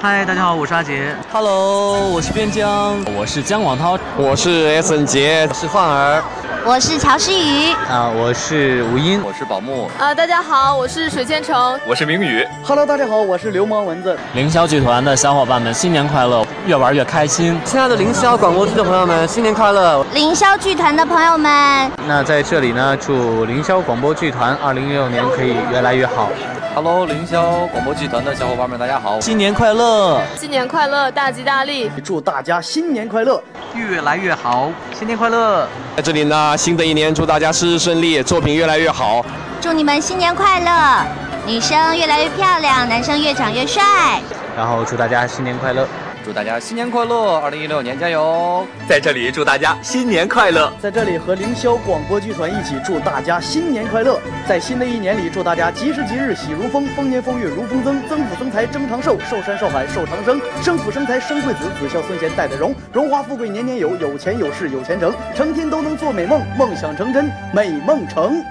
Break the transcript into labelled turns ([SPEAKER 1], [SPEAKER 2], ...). [SPEAKER 1] 嗨，大家好，我是阿杰。
[SPEAKER 2] Hello，我是边疆，我是姜广涛，
[SPEAKER 3] 我是 S N 杰，
[SPEAKER 4] 我是焕儿，
[SPEAKER 5] 我是乔诗雨，
[SPEAKER 6] 啊，我是吴音，
[SPEAKER 7] 我是宝木。
[SPEAKER 8] 啊，大家好，我是水千城，
[SPEAKER 9] 我是明宇。
[SPEAKER 10] Hello，大家好，我是流氓蚊子。
[SPEAKER 2] 凌霄剧团的小伙伴们，新年快乐，越玩越开心。
[SPEAKER 11] 亲爱的凌霄广播剧的朋友们，新年快乐！
[SPEAKER 5] 凌霄剧团的朋友们，
[SPEAKER 6] 那在这里呢，祝凌霄广播剧团二零一六年可以越来越好。
[SPEAKER 7] Hello，凌霄广播剧团的小伙伴们，大家好！
[SPEAKER 2] 新年快乐！
[SPEAKER 8] 新年快乐，大吉大利！
[SPEAKER 10] 祝大家新年快乐，
[SPEAKER 1] 越来越好！新年快乐！
[SPEAKER 3] 在这里呢，新的一年祝大家事事顺利，作品越来越好。
[SPEAKER 5] 祝你们新年快乐，女生越来越漂亮，男生越长越帅。
[SPEAKER 6] 然后祝大家新年快乐！
[SPEAKER 7] 祝大家新年快乐！二零一六年加油！
[SPEAKER 12] 在这里祝大家新年快乐！
[SPEAKER 10] 在这里和凌霄广播剧团一起祝大家新年快乐！在新的一年里，祝大家吉时吉日喜如风，丰年丰月如风增，增福增财争长寿，寿山寿海寿长生，生福生财生贵子，子孝孙贤代代荣，荣华富贵年年有，有钱有势有钱挣，成天都能做美梦，梦想成真，美梦成。